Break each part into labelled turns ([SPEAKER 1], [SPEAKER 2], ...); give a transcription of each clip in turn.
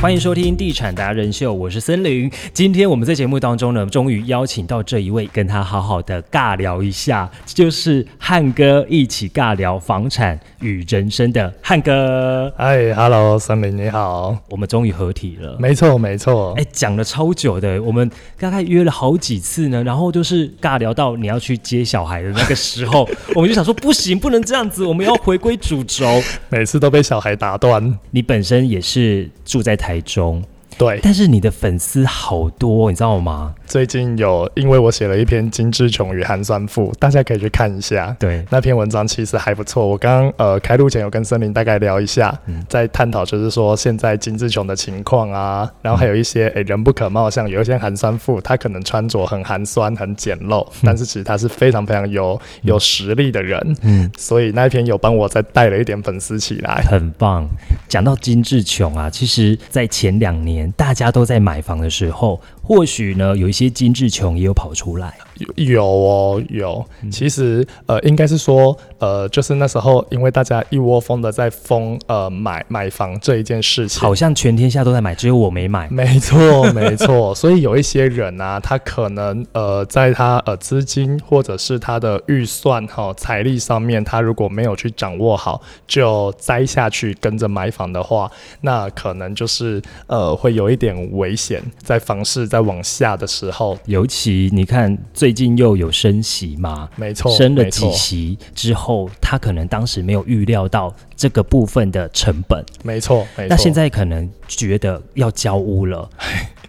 [SPEAKER 1] 欢迎收听《地产达人秀》，我是森林。今天我们在节目当中呢，终于邀请到这一位，跟他好好的尬聊一下，就是汉哥一起尬聊房产与人生的汉哥。
[SPEAKER 2] 嗨，Hello，森哎林你好。
[SPEAKER 1] 我们终于合体了。
[SPEAKER 2] 没错，没错。
[SPEAKER 1] 哎，讲了超久的，我们大概约了好几次呢，然后就是尬聊到你要去接小孩的那个时候，我们就想说不行，不能这样子，我们要回归主轴。
[SPEAKER 2] 每次都被小孩打断。
[SPEAKER 1] 你本身也是住在台中，
[SPEAKER 2] 对，
[SPEAKER 1] 但是你的粉丝好多，你知道吗？
[SPEAKER 2] 最近有因为我写了一篇《金志琼与寒酸赋》，大家可以去看一下。
[SPEAKER 1] 对，
[SPEAKER 2] 那篇文章其实还不错。我刚刚呃开录前有跟森林大概聊一下，在探讨就是说现在金志琼的情况啊，然后还有一些诶、人不可貌相，有一些寒酸妇，她可能穿着很寒酸、很简陋，但是其实她是非常非常有有实力的人。
[SPEAKER 1] 嗯
[SPEAKER 2] 嗯，所以那一篇有帮我再带了一点粉丝起来。
[SPEAKER 1] 哎很棒。讲到金志琼啊，其实，在前两年大家都在买房的时候，或许呢，有一些金志琼也有跑出来。
[SPEAKER 2] 有哦，有。
[SPEAKER 1] 嗯
[SPEAKER 2] 其实呃，应该是说呃，就是那时候因为大家一窝蜂的在疯呃买买房这一件事情，
[SPEAKER 1] 好像全天下都在买，只有我没买。
[SPEAKER 2] 没错，没错。所以有一些人啊，他可能呃，在他呃资金或者是他的预算哈、财力上面，他如果没有去掌握好，就栽下去跟着买房的话，那可能就是呃会有一点危险，在房市在往下的时候。
[SPEAKER 1] 尤其你看，最近又有升息嘛，
[SPEAKER 2] 没错，
[SPEAKER 1] 升了
[SPEAKER 2] 哦没
[SPEAKER 1] 几
[SPEAKER 2] 错，
[SPEAKER 1] 息之后，他可能当时没有预料到这个部分的成本，
[SPEAKER 2] 没错，没错。
[SPEAKER 1] 那现在可能觉得要交屋了，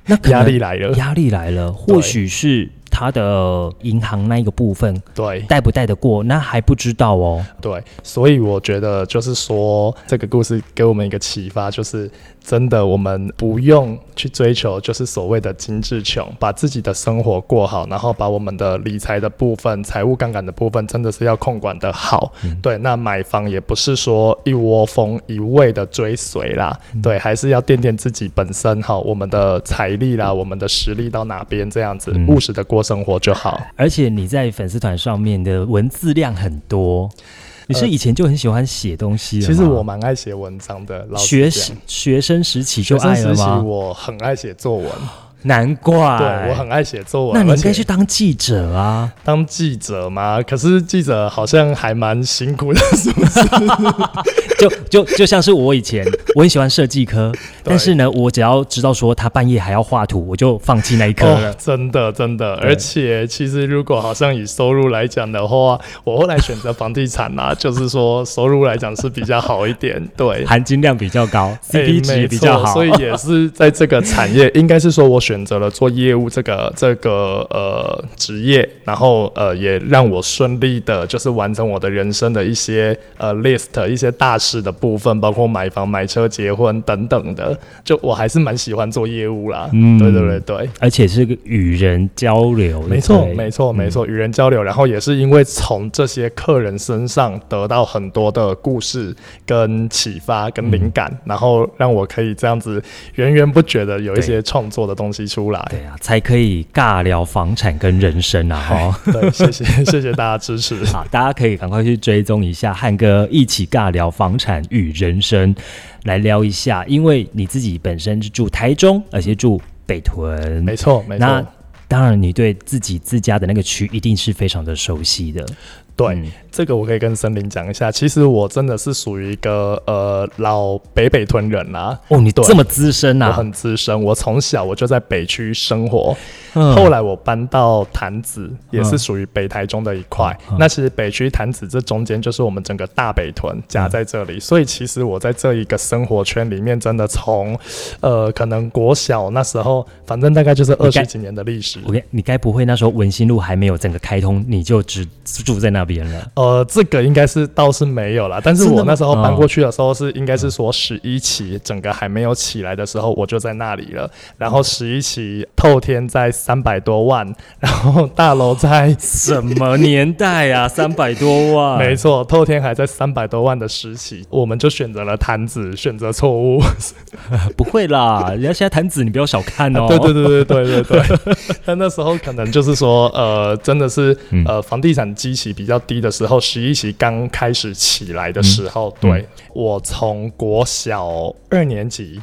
[SPEAKER 1] 那可能
[SPEAKER 2] 哎压力来了，
[SPEAKER 1] 压力来了，或许是他的银行那一个部分
[SPEAKER 2] 对
[SPEAKER 1] 贷不贷得过，那还不知道哦。
[SPEAKER 2] 对，所以我觉得就是说，这个故事给我们一个启发，就是真的我们不用去追求就是所谓的精致穷，把自己的生活过好，然后把我们的理财的部分、财务杠杆的部分，真的是要控管的好。
[SPEAKER 1] 嗯
[SPEAKER 2] 对，那买房也不是说一窝蜂一味的追随啦，
[SPEAKER 1] 嗯
[SPEAKER 2] 对，还是要掂掂自己本身哈，我们的财力
[SPEAKER 1] 嗯
[SPEAKER 2] 啦，我们的实力到哪边这样子，务实的过生活就好。
[SPEAKER 1] 而且你在粉丝团上面的文字量很多，你是以前就很喜欢写东西的吗
[SPEAKER 2] 呃其实我蛮爱写文章的，老
[SPEAKER 1] 学
[SPEAKER 2] 师
[SPEAKER 1] 时学生时期就
[SPEAKER 2] 学生
[SPEAKER 1] 爱了
[SPEAKER 2] 时期
[SPEAKER 1] 吗？
[SPEAKER 2] 我很爱写作文，
[SPEAKER 1] 难怪，
[SPEAKER 2] 对我很爱写作文。
[SPEAKER 1] 那你
[SPEAKER 2] 而
[SPEAKER 1] 应该
[SPEAKER 2] 且
[SPEAKER 1] 去当记者啊！
[SPEAKER 2] 当记者嘛？可是记者好像还蛮辛苦的，是不是？
[SPEAKER 1] 就就就像是我以前，我很喜欢设计 科，但是呢，我只要知道说他半夜还要画图，我就放弃那一科了。
[SPEAKER 2] 哦 真的真的。
[SPEAKER 1] 对
[SPEAKER 2] 而且其实如果好像以收入来讲的话，我后来选择房地产啦、就是说收入来讲是比较好一点，对。
[SPEAKER 1] 含金量比较高
[SPEAKER 2] 哎
[SPEAKER 1] ，CP 值
[SPEAKER 2] 没
[SPEAKER 1] 比较
[SPEAKER 2] 错
[SPEAKER 1] 好，
[SPEAKER 2] 所以也是在这个产业，应该是说我选择了做业务这个 这个呃职业，然后呃也让我顺利的，就是完成我的人生的一些呃 list 一些大事的部分，包括买房、买车、结婚等等的，就我还是蛮喜欢做业务啦，
[SPEAKER 1] 嗯
[SPEAKER 2] 对对对对。
[SPEAKER 1] 而且是个与人交流的，
[SPEAKER 2] 没错，
[SPEAKER 1] 对
[SPEAKER 2] 没错，没错，与人交流，然后也是因为从这些客人身上得到很多的故事、跟启发、跟灵感，
[SPEAKER 1] 嗯
[SPEAKER 2] 然后让我可以这样子源源不绝的有一些创作的东西出来。
[SPEAKER 1] 对啊，才可以尬聊房产跟人生啊！哈，
[SPEAKER 2] 对，谢谢，谢谢大家支持。
[SPEAKER 1] 好，大家可以赶快去追踪一下汉哥一起尬聊房产与人生，来聊一下，因为你自己本身是住台中，而且住北屯，
[SPEAKER 2] 没错，没
[SPEAKER 1] 那
[SPEAKER 2] 错，
[SPEAKER 1] 当然，你对自己自家的那个区一定是非常的熟悉的。
[SPEAKER 2] 对、
[SPEAKER 1] 嗯
[SPEAKER 2] 这个我可以跟森林讲一下。其实我真的是属于一个呃老北北屯人啦、
[SPEAKER 1] 哦，你
[SPEAKER 2] 对
[SPEAKER 1] 这么资深
[SPEAKER 2] 我
[SPEAKER 1] 啊！
[SPEAKER 2] 很资深，我从小我就在北区生活，
[SPEAKER 1] 嗯
[SPEAKER 2] 后来我搬到潭子，也
[SPEAKER 1] 嗯
[SPEAKER 2] 是属于北台中的一块。
[SPEAKER 1] 嗯
[SPEAKER 2] 那其实北区潭子这中间就是我们整个大北屯夹在这
[SPEAKER 1] 嗯
[SPEAKER 2] 里，所以其实我在这一个生活圈里面，真的从呃可能国小那时候，反正大概就是
[SPEAKER 1] 你
[SPEAKER 2] 二
[SPEAKER 1] 该
[SPEAKER 2] 十几年的历史。
[SPEAKER 1] 我跟你该不会那时候文心路还没有整个开通，你就只住在那边了？
[SPEAKER 2] 呃，这个应该是倒是没有啦，但是
[SPEAKER 1] 真的
[SPEAKER 2] 我
[SPEAKER 1] 吗
[SPEAKER 2] 那时候搬
[SPEAKER 1] 哦
[SPEAKER 2] 过去的时候是应该是说十一期整个还没有起来的时候，我就在那里了。然后十一期透天在三百多万，然后大楼在
[SPEAKER 1] 什么年代啊？ 三百多万
[SPEAKER 2] 没错，透天还在三百多万的时期，我们就选择了摊子，选择错误。
[SPEAKER 1] 不会 啦，人家现在坛子你不要小看 哦。
[SPEAKER 2] 啊对对对对 对对对。但那时候可能就是说，呃，真的是
[SPEAKER 1] 嗯
[SPEAKER 2] 呃，房地产基期比较低的时候，十一期刚开始起来的时候，
[SPEAKER 1] 嗯
[SPEAKER 2] 对、
[SPEAKER 1] 嗯
[SPEAKER 2] 我从国小二年级。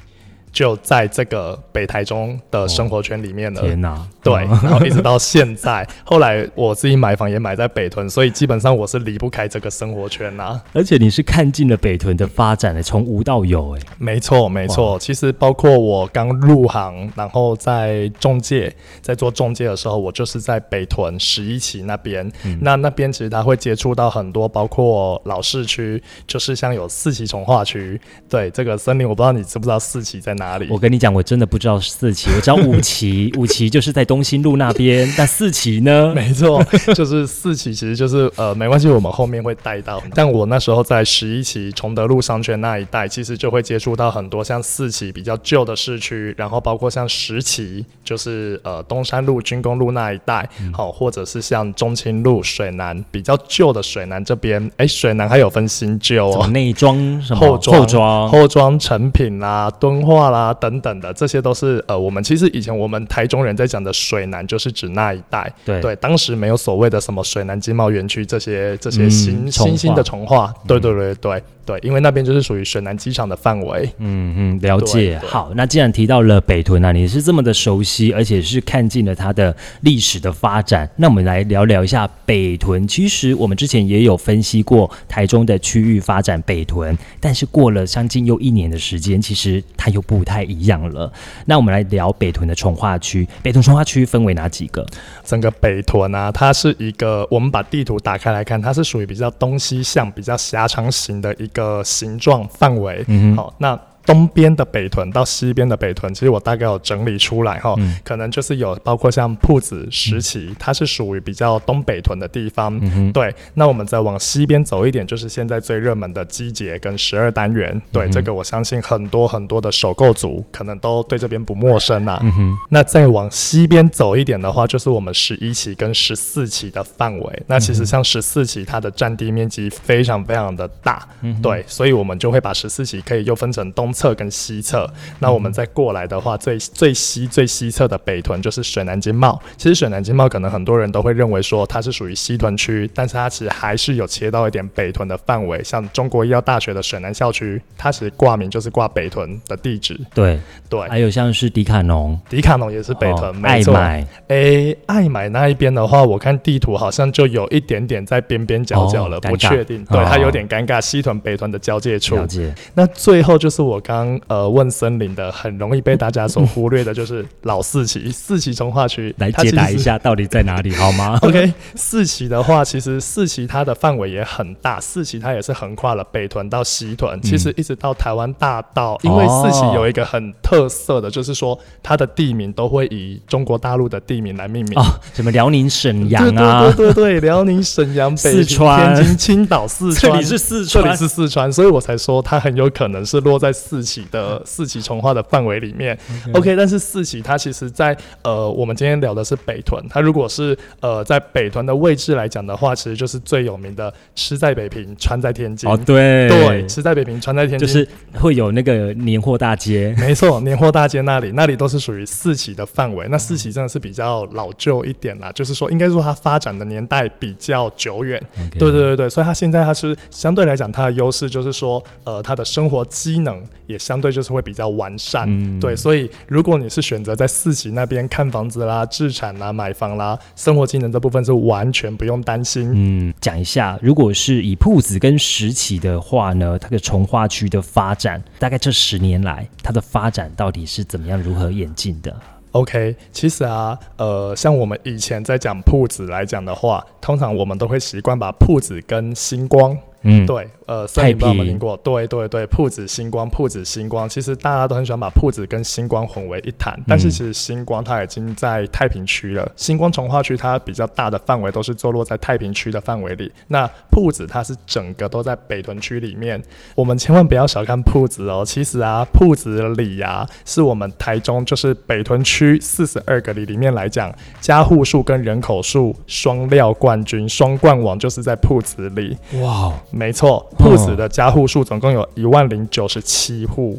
[SPEAKER 2] 就在这个北台中的生活圈里面了。
[SPEAKER 1] 天哪，
[SPEAKER 2] 对，
[SPEAKER 1] 嗯
[SPEAKER 2] 然后一直到现在，后来我自己买房也买在北屯，所以基本上我是离不开这个生活圈啊啦、
[SPEAKER 1] 而且你是看尽了北屯的发展欸从无到有哎、
[SPEAKER 2] 没错，没错。其实包括我刚入行，然后在中介，在做中介的时候，我就是在北屯十一期那边。那那边其实他会接触到很多，包括老市区，就是像有四期从化区，对这个森林，我不知道你知不知道四期在哪里？
[SPEAKER 1] 我跟你讲，我真的不知道四期， 我知道五期，五期就是在东兴路那边，但四期呢？
[SPEAKER 2] 没错，就是四期，其实就是呃，没关系，我们后面会带到。但我那时候在十一期崇德路商圈那一带，其实就会接触到很多像四期比较旧的市区，然后包括像十期，就是呃东山路、军工路那一带，好、或者是像中清路、水南比较旧的水南这边，哎、水南还有分新旧
[SPEAKER 1] 什么
[SPEAKER 2] 哦。
[SPEAKER 1] 内装什么
[SPEAKER 2] 后装、
[SPEAKER 1] 后装
[SPEAKER 2] 后装成品啦、敦化啦等等的，这些都是呃，我们其实以前我们台中人在讲的水南，就是指那一带。
[SPEAKER 1] 对
[SPEAKER 2] 对，当时没有所谓的什么水南经贸园区这些这些
[SPEAKER 1] 嗯
[SPEAKER 2] 新、
[SPEAKER 1] 重化嗯
[SPEAKER 2] 新兴的重化，对对对对对，因为那边就是属于水南机场的范围。
[SPEAKER 1] 嗯嗯，了
[SPEAKER 2] 对
[SPEAKER 1] 解。
[SPEAKER 2] 对
[SPEAKER 1] 好，那既然提到了北屯啊，你是这么的熟悉，而且是看尽了它的历史的发展，那我们来聊聊一下北屯。其实我们之前也有分析过台中的区域发展北屯，但是过了将近又一年的时间，其实它又不太一样了。那我们来聊北屯的从化区，北屯从化区分为哪几个？
[SPEAKER 2] 整个北屯啊，它是一个我们把地图打开来看，它是属于比较东西向、比较狭长型的一个形状范围。
[SPEAKER 1] 嗯哼，
[SPEAKER 2] 好，那东边的北屯到西边的北屯，其实我大概有整理出来哈，
[SPEAKER 1] 嗯
[SPEAKER 2] 可能就是有包括像铺子、石岐，它是属于比较东北屯的地方。
[SPEAKER 1] 嗯哼，
[SPEAKER 2] 对，那我们再往西边走一点，就是现在最热门的机节跟十二单元。对，
[SPEAKER 1] 嗯
[SPEAKER 2] 这个我相信很多很多的首购族可能都对这边不陌生啊啦、
[SPEAKER 1] 嗯哼，
[SPEAKER 2] 那再往西边走一点的话，就是我们十一期跟十四期的范围。那其实像十四期，它的占地面积非常非常的大，对，所以我们就会把十四期可以又分成东侧跟西侧。那我们再过来的话，最最西最西侧的北屯就是水南经贸。其实水南经贸可能很多人都会认为说它是属于西屯区，但是它其实还是有切到一点北屯的范围。像中国医药大学的水南校区，它其实挂名就是挂北屯的地址，
[SPEAKER 1] 对，
[SPEAKER 2] 对。
[SPEAKER 1] 还有像是迪卡侬、
[SPEAKER 2] 迪卡侬也是北屯，
[SPEAKER 1] 哎哦
[SPEAKER 2] 没
[SPEAKER 1] 爱
[SPEAKER 2] 错。
[SPEAKER 1] 买，
[SPEAKER 2] 诶，爱买那一边的话，我看地图好像就有一点点在边边角角了，
[SPEAKER 1] 哦尴
[SPEAKER 2] 不
[SPEAKER 1] 尬
[SPEAKER 2] 确定。
[SPEAKER 1] 哦
[SPEAKER 2] 对，它有点尴尬，西屯北屯的交界处
[SPEAKER 1] 了。 解，
[SPEAKER 2] 那最后就是我刚呃问森林的，很容易被大家所忽略的，就是老四 期四期从化区
[SPEAKER 1] 来
[SPEAKER 2] 它其
[SPEAKER 1] 解
[SPEAKER 2] 实
[SPEAKER 1] 答
[SPEAKER 2] 是
[SPEAKER 1] 一下到底在哪里好吗？
[SPEAKER 2] OK，四期的话，其实四期它的范围也很大，四期它也是横跨了北屯到西屯，
[SPEAKER 1] 嗯
[SPEAKER 2] 其实一直到台湾大道。因为
[SPEAKER 1] 哦
[SPEAKER 2] 四期有一个很特色的，就是说它的地名都会以中国大陆的地名来命名。
[SPEAKER 1] 哦，什么辽宁沈阳啊，
[SPEAKER 2] 对对对对对，辽宁、沈阳、北
[SPEAKER 1] 四
[SPEAKER 2] 京
[SPEAKER 1] 川
[SPEAKER 2] 天津、青岛、四川，
[SPEAKER 1] 四
[SPEAKER 2] 这里是四川，所以我才说它很有可能是落在四期
[SPEAKER 1] 嗯
[SPEAKER 2] 的四期重化的范围里面。OK，但是四期它其实在呃，我们今天聊的是北屯，它如果是呃在北屯的位置来讲的话，其实就是最有名的吃在北平，穿在天津。
[SPEAKER 1] 哦，对
[SPEAKER 2] 对，吃在北平，穿在天
[SPEAKER 1] 就
[SPEAKER 2] 津。
[SPEAKER 1] 是会有那个年货大街，
[SPEAKER 2] 没错，年货大街那里，那里都是属于四期的范围。那四期真的是比较老旧一点啦，就是说，应该说它发展的年代比较久远。
[SPEAKER 1] 嗯
[SPEAKER 2] 对对对对，所以它现在它是相对来讲，它的优势就是说，呃，它的生活机能也相对就是会比较完善。
[SPEAKER 1] 嗯
[SPEAKER 2] 对，所以如果你是选择在四期那边看房子啦、置产啦、买房啦，生活机能这部分是完全不用担心。
[SPEAKER 1] 嗯，讲一下，如果是以铺子跟石岐的话呢，它的从化区的发展，大概这十年来，它的发展到底是怎么样如何演进的？
[SPEAKER 2] OK，其实啊，呃，像我们以前在讲铺子来讲的话，通常我们都会习惯把铺子跟星光
[SPEAKER 1] 嗯，
[SPEAKER 2] 对，呃，森林不知道
[SPEAKER 1] 太
[SPEAKER 2] 有没有
[SPEAKER 1] 平
[SPEAKER 2] 听过？对对对，铺子星光，铺子星光，其实大家都很喜欢把铺子跟星光混为一谈，但是其实星光它已经在太平区了，星光从化区它比较大的范围都是坐落在太平区的范围里，那铺子它是整个都在北屯区里面，我们千万不要小看铺子哦，其实啊，铺子里啊是我们台中就是北屯区四十二个里里面来讲，家户数跟人口数双料冠军，双冠王就是在铺子 里。
[SPEAKER 1] 哇哦，
[SPEAKER 2] 没错，铺子的家户数总共有一万零九十七 户，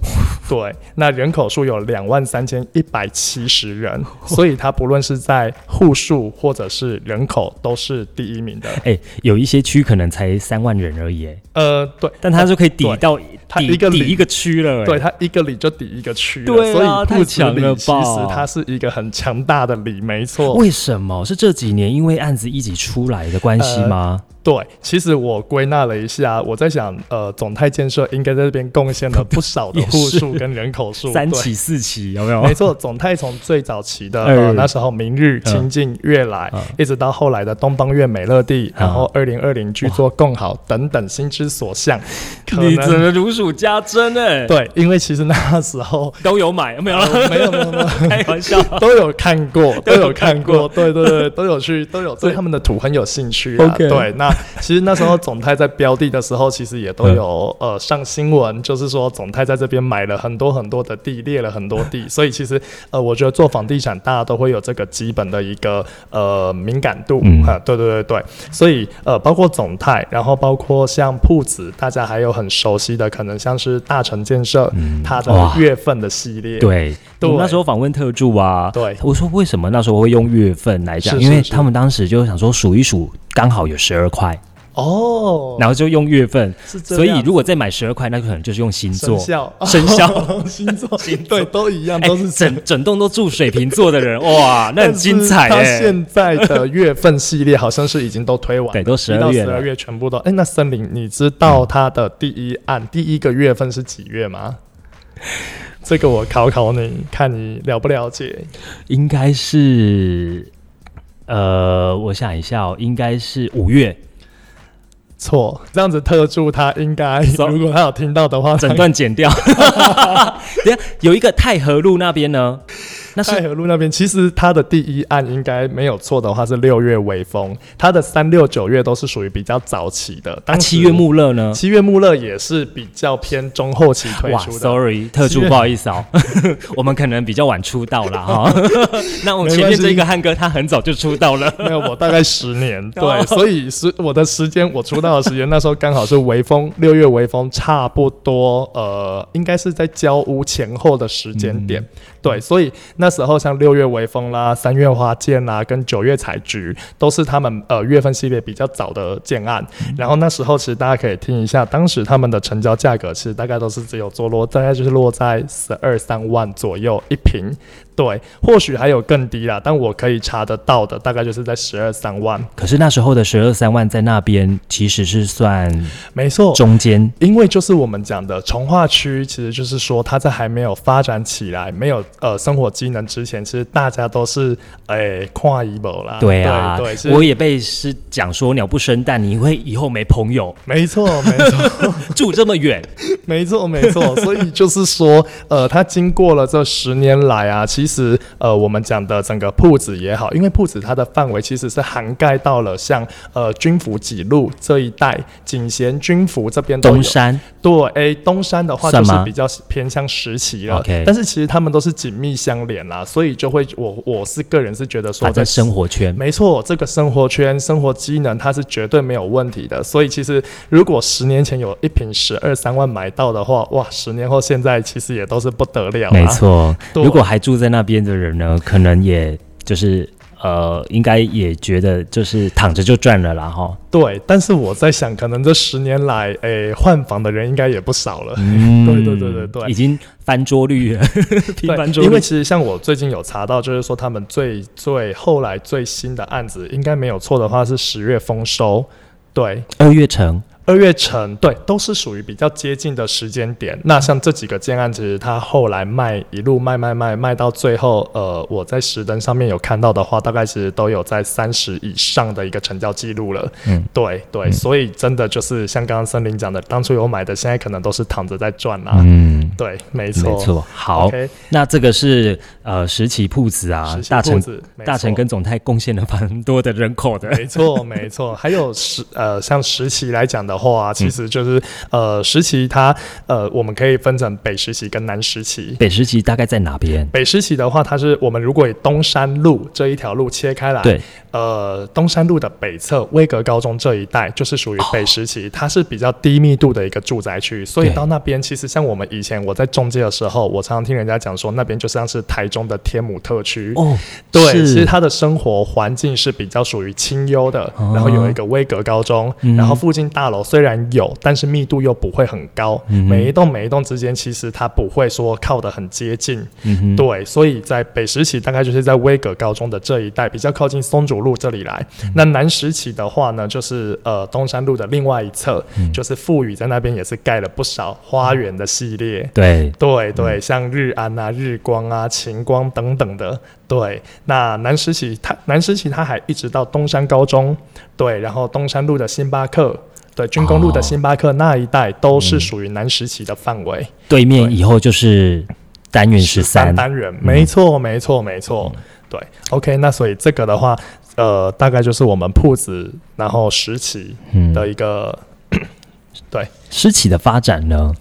[SPEAKER 2] 对，那人口数有两万三千一百七 十人，所以它不论是在户数或者是人口都是第一名的。
[SPEAKER 1] 哎，有一些区可能才三万人而已，哎
[SPEAKER 2] 呃，对，
[SPEAKER 1] 但它就可以抵
[SPEAKER 2] 对
[SPEAKER 1] 到
[SPEAKER 2] 他
[SPEAKER 1] 抵
[SPEAKER 2] 一个
[SPEAKER 1] 抵
[SPEAKER 2] 零
[SPEAKER 1] 一个区了、欸，
[SPEAKER 2] 对他一个里就抵一个区了，
[SPEAKER 1] 对啊
[SPEAKER 2] 所以
[SPEAKER 1] 太
[SPEAKER 2] 不止
[SPEAKER 1] 强了
[SPEAKER 2] 里，其实
[SPEAKER 1] 吧
[SPEAKER 2] 它是一个很强大的里，没错。
[SPEAKER 1] 为什么是这几年因为案子一起出来的关
[SPEAKER 2] 呃
[SPEAKER 1] 系吗？
[SPEAKER 2] 对，其实我归纳了一下，我在想，呃，总泰建设应该在这边贡献了不少 的
[SPEAKER 1] 也是
[SPEAKER 2] 户数跟人口数，
[SPEAKER 1] 三
[SPEAKER 2] 对
[SPEAKER 1] 起四起有没有？
[SPEAKER 2] 没错，总泰从最早期的
[SPEAKER 1] 二
[SPEAKER 2] 呃那时候明日、
[SPEAKER 1] 哦哎嗯
[SPEAKER 2] 清境、悦来
[SPEAKER 1] 嗯，
[SPEAKER 2] 一直到后来的东方悦美乐地，
[SPEAKER 1] 嗯
[SPEAKER 2] 然后二零二零剧作共好等等，心之所向，可
[SPEAKER 1] 你真
[SPEAKER 2] 能
[SPEAKER 1] 的如数家珍哎、欸，
[SPEAKER 2] 对，因为其实那时候
[SPEAKER 1] 都有买没有啦？
[SPEAKER 2] 没有没有没有
[SPEAKER 1] 开玩笑。
[SPEAKER 2] 都有看过，
[SPEAKER 1] 都
[SPEAKER 2] 都
[SPEAKER 1] 有
[SPEAKER 2] 有
[SPEAKER 1] 看
[SPEAKER 2] 看
[SPEAKER 1] 过
[SPEAKER 2] 过，对 对对，都有去，都有对他们的图很有兴趣啊。
[SPEAKER 1] OK
[SPEAKER 2] 对，那其实那时候总泰在标的的时候，其实也都有
[SPEAKER 1] 嗯
[SPEAKER 2] 呃上新闻，就是说总泰在这边买了很多很多的地，列了很多 地，所以其实呃，我觉得做房地产大家都会有这个基本的一个呃敏感度
[SPEAKER 1] 嗯
[SPEAKER 2] 啊，对对对对，所以呃，包括总泰，然后包括像铺子，大家还有很熟悉的，可能像是大成建设它的
[SPEAKER 1] 嗯哇
[SPEAKER 2] 月份的系列，
[SPEAKER 1] 对，
[SPEAKER 2] 对
[SPEAKER 1] 我那时候访问特助啊，
[SPEAKER 2] 对
[SPEAKER 1] 我说为什么那时候会用月份来讲，
[SPEAKER 2] 是
[SPEAKER 1] 因为
[SPEAKER 2] 是是
[SPEAKER 1] 他们当时就想说数一数，刚好有十二块，
[SPEAKER 2] 哦，
[SPEAKER 1] 然后就用月份，
[SPEAKER 2] 是这
[SPEAKER 1] 所以
[SPEAKER 2] 样
[SPEAKER 1] 如果再买十二块，那可能就是用星座
[SPEAKER 2] 生。 肖、
[SPEAKER 1] 生 肖
[SPEAKER 2] 星座、对，都一样，
[SPEAKER 1] 哎
[SPEAKER 2] 都是，神。
[SPEAKER 1] 整整栋都住水瓶座的人， 哇，那
[SPEAKER 2] 但
[SPEAKER 1] 很精
[SPEAKER 2] 是
[SPEAKER 1] 彩
[SPEAKER 2] 它
[SPEAKER 1] 哎、
[SPEAKER 2] 现在的月份系列好像是已经都推完了，
[SPEAKER 1] 对都12
[SPEAKER 2] 一到
[SPEAKER 1] 月
[SPEAKER 2] 十
[SPEAKER 1] 了
[SPEAKER 2] 二月全部都。哎，那森林，你知道它的第一案、第一个月份是几月吗？这个我考考你，看你了不了解。
[SPEAKER 1] 应该是，呃，我想一下、哦，应该是五月，
[SPEAKER 2] 错，这样子特助他 应该，
[SPEAKER 1] So-
[SPEAKER 2] 如果他有听到的话，
[SPEAKER 1] 整段剪掉。 等一下有一个太和路那边呢，那
[SPEAKER 2] 太
[SPEAKER 1] 是
[SPEAKER 2] 和路那边，其实它的第一案应该没有错的话是六月微风，它的三六九月都是属于比较早期的。
[SPEAKER 1] 啊
[SPEAKER 2] 当时
[SPEAKER 1] 七月穆勒呢？
[SPEAKER 2] 七月穆勒也是比较偏中后期推
[SPEAKER 1] 哇
[SPEAKER 2] 出的。
[SPEAKER 1] ，sorry，特助
[SPEAKER 2] 七月
[SPEAKER 1] 不好意思哦， 我们可能比较晚出道啦 哈。那我们前面这个汉哥他很早就出道了，
[SPEAKER 2] 没有，我大概十 年，对，所以是我的时间，我出道的时间，那时候刚好是微风，六月微风，差不多，呃，应该是在交屋前后的时
[SPEAKER 1] 嗯
[SPEAKER 2] 间点，对，所以那时候像六月微风啦、三月花剑啦、跟九月采菊，都是他们呃月份系列比较早的建案，
[SPEAKER 1] 嗯
[SPEAKER 2] 然后那时候其实大家可以听一下，当时他们的成交价格其实大概都是只有坐落，大概就是落在十二三万左右一平。对，或许还有更低啦，但我可以查得到的大概就是在十二三万。
[SPEAKER 1] 可是那时候的十二三万在那边其实是算
[SPEAKER 2] 没错，
[SPEAKER 1] 中间，
[SPEAKER 2] 因为就是我们讲的从化区，其实就是说它在还没有发展起来、没有呃生活机能之前，其实大家都是诶跨一步啦。
[SPEAKER 1] 对啊
[SPEAKER 2] 对，是，
[SPEAKER 1] 我也被是讲说鸟不生蛋，你会以后没朋友，
[SPEAKER 2] 没错，没错。
[SPEAKER 1] 住这么远，
[SPEAKER 2] 没错，没 错。所以就是说，呃，它经过了这十年来啊，其实呃，我们讲的整个铺子也好，因为铺子它的范围其实是涵盖到了像呃军服几路这一带，景贤军服这边 都
[SPEAKER 1] 东
[SPEAKER 2] 有。
[SPEAKER 1] 山
[SPEAKER 2] 对，哎，东山的话
[SPEAKER 1] 算
[SPEAKER 2] 就是
[SPEAKER 1] 吗
[SPEAKER 2] 比较偏向石岐了
[SPEAKER 1] OK
[SPEAKER 2] 但是其实他们都是紧密相连啦，所以就会我我是个人是觉得说
[SPEAKER 1] 反正
[SPEAKER 2] 在
[SPEAKER 1] 生活圈。
[SPEAKER 2] 没错，这个生活圈、生活机能它是绝对没有问题的。所以其实如果十年前有一瓶十二三万买到的话，哇，十年后现在其实也都是不得了、啊。
[SPEAKER 1] 没，错，
[SPEAKER 2] 对
[SPEAKER 1] 如果还住在那边的人呢，可能也就是呃，应该也觉得就是躺着就赚了啦哈。
[SPEAKER 2] 对。但是我在想，可能这十年来，诶，换房的人应该也不少了。
[SPEAKER 1] 嗯
[SPEAKER 2] 对对对对对
[SPEAKER 1] 已经翻桌率 了，频翻桌率
[SPEAKER 2] 对，因为其实像我最近有查到，就是说他们最最后来最新的案子，应该没有错的话是十月丰收，对，
[SPEAKER 1] 二月城
[SPEAKER 2] 二月城对，都是属于比较接近的时间点。那像这几个建案，其实它后来卖一路卖卖卖卖到最后，呃，我在石灯上面有看到的话，大概其实都有在三十以上的一个成交记录了。
[SPEAKER 1] 嗯
[SPEAKER 2] 嗯，对对，所以真的就是像刚刚森林讲的，当初有买的，现在可能都是躺着在赚啦。
[SPEAKER 1] 嗯，
[SPEAKER 2] 对，没错，
[SPEAKER 1] 没错。好
[SPEAKER 2] OK，
[SPEAKER 1] 那这个是呃石岐铺子啊
[SPEAKER 2] 实，习
[SPEAKER 1] 大
[SPEAKER 2] 铺
[SPEAKER 1] 成
[SPEAKER 2] 子没
[SPEAKER 1] 大成
[SPEAKER 2] 错
[SPEAKER 1] 跟总泰贡献了蛮多的人口的。
[SPEAKER 2] 没错，没错。还有时呃，像时期来讲的话，啊
[SPEAKER 1] 嗯
[SPEAKER 2] 其实就是、呃，时期它呃，我们可以分成北时期跟南时期。
[SPEAKER 1] 北石岐大概在哪边？
[SPEAKER 2] 北时期的话，它是我们如果以东山路这一条路切开来，
[SPEAKER 1] 对，
[SPEAKER 2] 呃，东山路的北侧威格高中这一带就是属于
[SPEAKER 1] 哦
[SPEAKER 2] 北时期，它是比较低密度的一个住宅区，所以
[SPEAKER 1] 对
[SPEAKER 2] 到那边其实像我们以前我在中介的时候，我常常听人家讲说，那边就像是台中的天母特区
[SPEAKER 1] 哦，
[SPEAKER 2] 对，
[SPEAKER 1] 是
[SPEAKER 2] 其实他的生活环境是比较属于清幽的，然后有一个威格高中，
[SPEAKER 1] 哦嗯
[SPEAKER 2] 然后附近大楼道虽然有，但是密度又不会很高。
[SPEAKER 1] 嗯哼
[SPEAKER 2] 每一栋每一栋之间，其实它不会说靠得很接近。
[SPEAKER 1] 嗯哼，
[SPEAKER 2] 对，所以在北石期大概就是在威格高中的这一带，比较靠近松竹路这里来。
[SPEAKER 1] 嗯
[SPEAKER 2] 那南石期的话呢，就是呃东山路的另外一侧，
[SPEAKER 1] 嗯
[SPEAKER 2] 就是富宇在那边也是盖了不少花园的系列。
[SPEAKER 1] 对，
[SPEAKER 2] 对对，
[SPEAKER 1] 嗯
[SPEAKER 2] 像日安啊、日光啊、晴光等等的。对，那南石起他南石起他还一直到东山高中，对，然后东山路的星巴克。对，军工路的星巴克那一带都是属于南石起的范围，
[SPEAKER 1] 对面以后嗯就是单元十三，嗯
[SPEAKER 2] 单元，没错，没错，没错。对，OK，那所以这个的话，呃，大概就是我们铺子，然后石起
[SPEAKER 1] 嗯，
[SPEAKER 2] 的一个
[SPEAKER 1] 诗起的发展呢？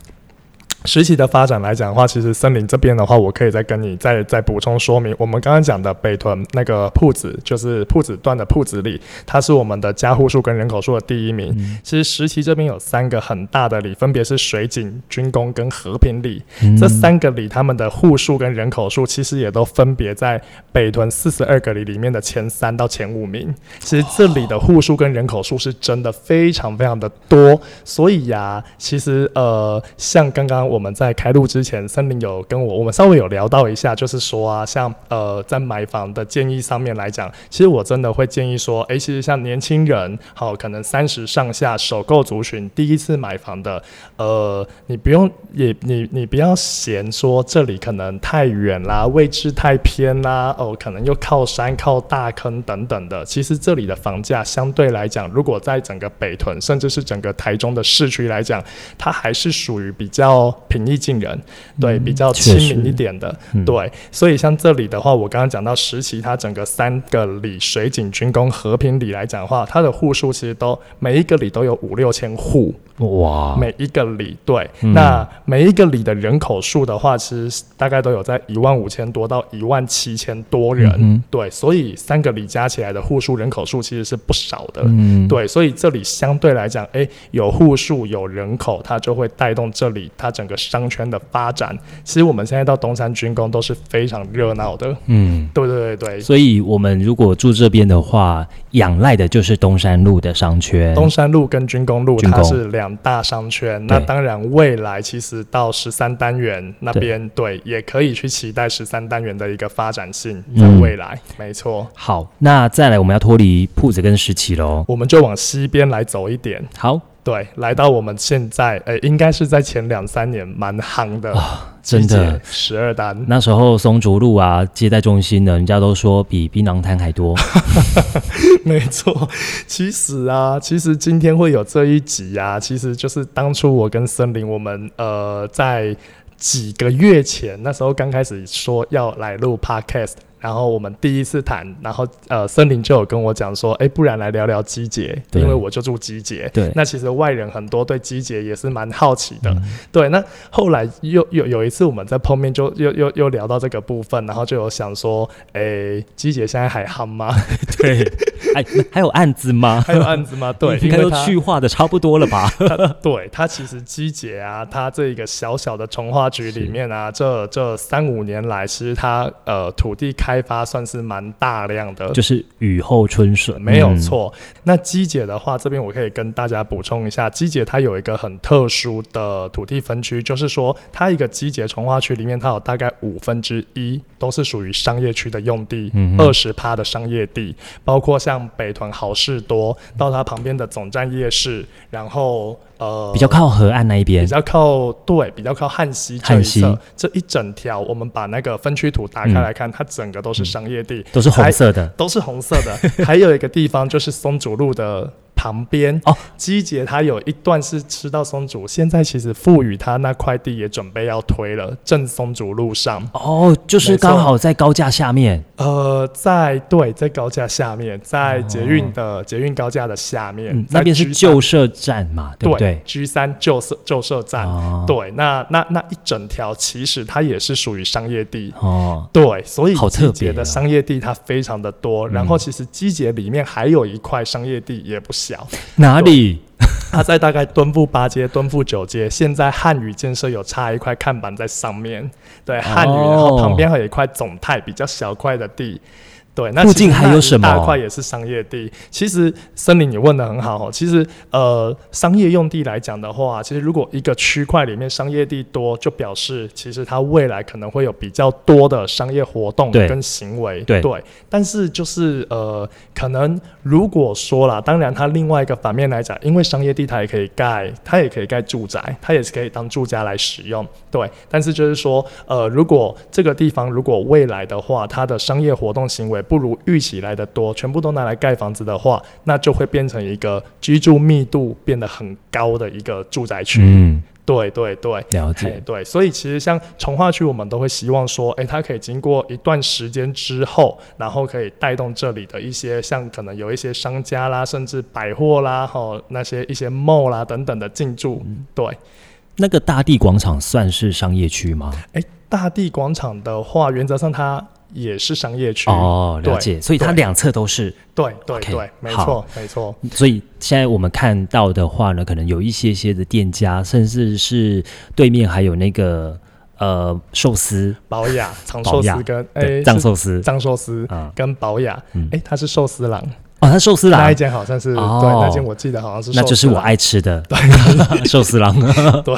[SPEAKER 2] 实体的发展来讲的话，其实森林这边的话，我可以再跟你再再补充说明。我们刚刚讲的北屯那个铺子，就是铺子段的铺子里，它是我们的家户数跟人口数的第一名。其实石岐这边有三个很大的里，分别是水井、军工跟和平里。
[SPEAKER 1] 嗯
[SPEAKER 2] 这三个里，他们的户数跟人口数其实也都分别在北屯四十二个里里面的前三到前五名。其实这里的户数跟人口数是真的非常非常的多，所以呀、其实呃，像刚刚我们在开录之前，森林有跟我我们稍微有聊到一下，就是说啊，像呃，在买房的建议上面来讲，其实我真的会建议说，诶，其实像年轻人，好、可能三十上下首购族群第一次买房的，呃，你不用也你你不要嫌说这里可能太远啦，位置太偏啦，哦，可能又靠山靠大坑等等的。其实这里的房价相对来讲，如果在整个北屯甚至是整个台中的市区来讲，它还是属于比较平易近人，对，比较
[SPEAKER 1] 确
[SPEAKER 2] 亲
[SPEAKER 1] 实
[SPEAKER 2] 民一点的，对。所以像这里的话，我刚刚讲到石岐，它整个三个里水井、军工、和平里来讲的话，它的户数其实都每一个里都有五六千户，
[SPEAKER 1] 哇，
[SPEAKER 2] 每一个里，对，
[SPEAKER 1] 嗯
[SPEAKER 2] 那每一个里的人口数的话，其实大概都有在一万五千多到一万七千多人，
[SPEAKER 1] 嗯
[SPEAKER 2] 对，所以三个里加起来的户数人口数其实是不少的，
[SPEAKER 1] 嗯，
[SPEAKER 2] 对，所以这里相对来讲，诶，有户数有人口，它就会带动这里它整个商圈的发展。其实我们现在到东山军工都是非常热闹的，
[SPEAKER 1] 嗯。
[SPEAKER 2] 对对对对，
[SPEAKER 1] 所以，我们如果住这边的话，仰赖的就是东山路的商圈。
[SPEAKER 2] 东山路跟军工路
[SPEAKER 1] 军工
[SPEAKER 2] 它是两大商圈，
[SPEAKER 1] 对
[SPEAKER 2] 那当然未来其实到十三单元那边，对，也可以去期待十三单元的一个发展性，在
[SPEAKER 1] 嗯
[SPEAKER 2] 未来，没错，
[SPEAKER 1] 好，那再来，我们要脱离铺子跟石岐喽。
[SPEAKER 2] 我们就往西边来走一点，
[SPEAKER 1] 好，
[SPEAKER 2] 对，来到我们现在，呃，应该是在前两三年蛮夯的，
[SPEAKER 1] 啊真的，
[SPEAKER 2] 十二单，
[SPEAKER 1] 那时候松竹路啊，接待中心呢，人家都说比槟榔摊还 多。
[SPEAKER 2] 没错，其实啊，其实今天会有这一集啊，其实就是当初我跟森林，我们呃在几个月前，那时候刚开始说要来录 podcast。然后我们第一次谈，然后呃，森林就有跟我讲说，哎，不然来聊聊机捷，
[SPEAKER 1] 对
[SPEAKER 2] 因为我就住机捷。
[SPEAKER 1] 对嗯
[SPEAKER 2] 那其实外人很多对机捷也是蛮好奇的。对，那后来又有有一次我们在碰面就又又又聊到这个部分，然后就有想说，哎，机捷现在还夯吗？
[SPEAKER 1] 对，哎，还有案子吗？
[SPEAKER 2] 还 有案子吗？对，
[SPEAKER 1] 应
[SPEAKER 2] 因
[SPEAKER 1] 该
[SPEAKER 2] 为
[SPEAKER 1] 都
[SPEAKER 2] 它
[SPEAKER 1] 去化的差不多了 吧？
[SPEAKER 2] 它对它其实机捷啊，它这一个小小的从化局里面啊，这这三五年来，其实它呃土地开发算是蛮大量的，
[SPEAKER 1] 就是雨后春笋，
[SPEAKER 2] 没有
[SPEAKER 1] 嗯。
[SPEAKER 2] 错。那机姐的话，这边我可以跟大家补充一下，机姐它有一个很特殊的土地分区，就是说它一个机姐从化区里面，它有大概五分之一都是属于商业区的用地
[SPEAKER 1] 嗯，哼
[SPEAKER 2] 二十趴的商业地，包括像北屯好事多到它旁边的总站夜市，然后呃
[SPEAKER 1] 比较。靠河岸那一边
[SPEAKER 2] 比，较靠对，比较靠汉西这
[SPEAKER 1] 汉
[SPEAKER 2] 一
[SPEAKER 1] 西嗯
[SPEAKER 2] 侧，这一整条，我们把那个分区图打开来看，它整个都是商业地，
[SPEAKER 1] 都是红
[SPEAKER 2] 还
[SPEAKER 1] 色的。
[SPEAKER 2] 都是红色 的。还有一个地方就是松竹路的旁边
[SPEAKER 1] 哦，
[SPEAKER 2] 基捷它有一段是吃到松竹，现在其实富宇它那块地也准备要推了，正松竹路上。
[SPEAKER 1] 哦，就是
[SPEAKER 2] 没错
[SPEAKER 1] 刚好在高架下面。
[SPEAKER 2] 呃，在对，在高架下面，在捷运的、捷运高架的下面，
[SPEAKER 1] 哦嗯，
[SPEAKER 2] 在
[SPEAKER 1] 那边是
[SPEAKER 2] G3
[SPEAKER 1] 旧社站嘛，对不对？
[SPEAKER 2] G 三旧社旧社站。
[SPEAKER 1] 哦
[SPEAKER 2] 啊对，那那那一整条其实它也是属于商业地，
[SPEAKER 1] 哦，
[SPEAKER 2] 对，所以
[SPEAKER 1] 好特
[SPEAKER 2] 基捷
[SPEAKER 1] 别啊
[SPEAKER 2] 的商业地它非常的多，然后其实基捷里面还有一块商业地也不小，
[SPEAKER 1] 哪里？
[SPEAKER 2] 它在大概敦富八街、敦富九街，现在汉语建设有插一块看
[SPEAKER 1] 哦
[SPEAKER 2] 板在上面，对汉语，然后旁边还有一块总泰比较小块的地。对，那
[SPEAKER 1] 附
[SPEAKER 2] 其实
[SPEAKER 1] 近还
[SPEAKER 2] 那
[SPEAKER 1] 有
[SPEAKER 2] 一
[SPEAKER 1] 什
[SPEAKER 2] 大
[SPEAKER 1] 么
[SPEAKER 2] 块也是商业地。其实森林你问的很好哦。其实呃，商业用地来讲的话，其实如果一个区块里面商业地多，就表示其实它未来可能会有比较多的商业活动
[SPEAKER 1] 对
[SPEAKER 2] 跟行为。
[SPEAKER 1] 对
[SPEAKER 2] 但是就是呃，可能如果说啦，当然它另外一个反面来讲，因为商业地它也可以盖，它也可以盖住宅，它也是可以当住家来使用。对，但是就是说，呃，如果这个地方如果未来的话，它的商业活动行为不如预期来的多，全部都拿来盖房子的话，那就会变成一个居住密度变得很高的一个住宅区。
[SPEAKER 1] 嗯，
[SPEAKER 2] 对对对。
[SPEAKER 1] 了
[SPEAKER 2] 哎
[SPEAKER 1] 解，，
[SPEAKER 2] 对，所以其实像从化区，我们都会希望说，哎，它可以经过一段时间之后，然后可以带动这里的一些，像可能有一些商家啦，甚至百货啦，吼、那些一些 mall 啦等等的进驻。
[SPEAKER 1] 嗯
[SPEAKER 2] 对，
[SPEAKER 1] 那个大地广场算是商业区吗？
[SPEAKER 2] 哎，大地广场的话，原则上它也是商业区。
[SPEAKER 1] 哦，了
[SPEAKER 2] 对
[SPEAKER 1] 解，所以它
[SPEAKER 2] 对
[SPEAKER 1] 两侧都是。
[SPEAKER 2] 对对
[SPEAKER 1] OK，
[SPEAKER 2] 对，没
[SPEAKER 1] 好
[SPEAKER 2] 错没错。
[SPEAKER 1] 所以现在我们看到的话呢，可能有一些些的店家，甚至是对面还有那个呃寿司，
[SPEAKER 2] 保雅、长
[SPEAKER 1] 保
[SPEAKER 2] 寿
[SPEAKER 1] 雅
[SPEAKER 2] 司跟
[SPEAKER 1] 对，
[SPEAKER 2] 哎
[SPEAKER 1] 藏
[SPEAKER 2] 是
[SPEAKER 1] 寿司
[SPEAKER 2] 藏寿司
[SPEAKER 1] 啊，
[SPEAKER 2] 跟保雅
[SPEAKER 1] 嗯，
[SPEAKER 2] 哎，它是寿司郎，
[SPEAKER 1] 哦，它寿司
[SPEAKER 2] 那
[SPEAKER 1] 郎
[SPEAKER 2] 一，间好像是对，
[SPEAKER 1] 哦
[SPEAKER 2] 那间我记得好像是寿司
[SPEAKER 1] 那
[SPEAKER 2] 郎，
[SPEAKER 1] 就是我爱吃的 寿司郎。
[SPEAKER 2] 对，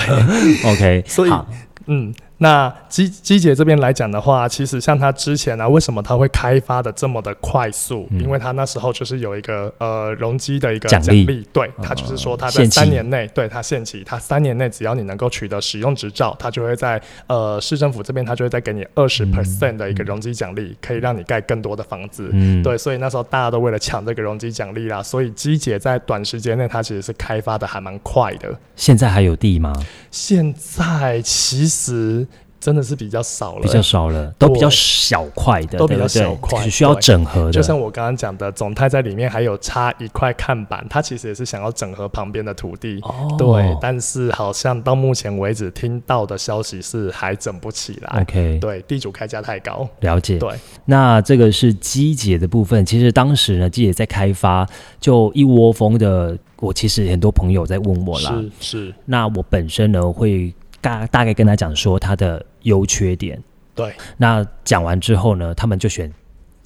[SPEAKER 1] OK，
[SPEAKER 2] 所以
[SPEAKER 1] 好
[SPEAKER 2] 嗯。那机机姐这边来讲的话，其实像它之前呢、啊，为什么它会开发的这么的快速？
[SPEAKER 1] 嗯
[SPEAKER 2] 因为它那时候就是有一个呃容积的一个
[SPEAKER 1] 奖
[SPEAKER 2] 奖
[SPEAKER 1] 励哦
[SPEAKER 2] 对，它就是说它在
[SPEAKER 1] 限期
[SPEAKER 2] 三年内，对它限期，它三年内只要你能够取得使用执照，它就会在呃市政府这边，它就会再给你二十 percent 的一个容积奖励，可以让你盖更多的房子。
[SPEAKER 1] 嗯，
[SPEAKER 2] 对，所以那时候大家都为了抢这个容积奖励啦，所以机姐在短时间内它其实是开发的还蛮快的。
[SPEAKER 1] 现在还有地吗？
[SPEAKER 2] 现在其实真的是比较少了、欸
[SPEAKER 1] 比较少了，都比较
[SPEAKER 2] 对
[SPEAKER 1] 小块的，
[SPEAKER 2] 都
[SPEAKER 1] 对
[SPEAKER 2] 比
[SPEAKER 1] 不
[SPEAKER 2] 较
[SPEAKER 1] 对
[SPEAKER 2] 小块
[SPEAKER 1] 就是需要
[SPEAKER 2] 对
[SPEAKER 1] 整合的。
[SPEAKER 2] 就像我刚刚讲的，总泰在里面还有插一块看板，它其实也是想要整合旁边的土地。
[SPEAKER 1] 哦，
[SPEAKER 2] 对，但是好像到目前为止听到的消息是还整不起来。
[SPEAKER 1] OK，
[SPEAKER 2] 对，地主开价太高。
[SPEAKER 1] 了解。
[SPEAKER 2] 对，
[SPEAKER 1] 那这个是机姐的部分。其实当时呢，机姐在开发，就一窝蜂的。我其实很多朋友在问我啦，
[SPEAKER 2] 是是，
[SPEAKER 1] 那我本身呢会大大概跟他讲说它的优缺点。
[SPEAKER 2] 对，
[SPEAKER 1] 那讲完之后呢，他们就选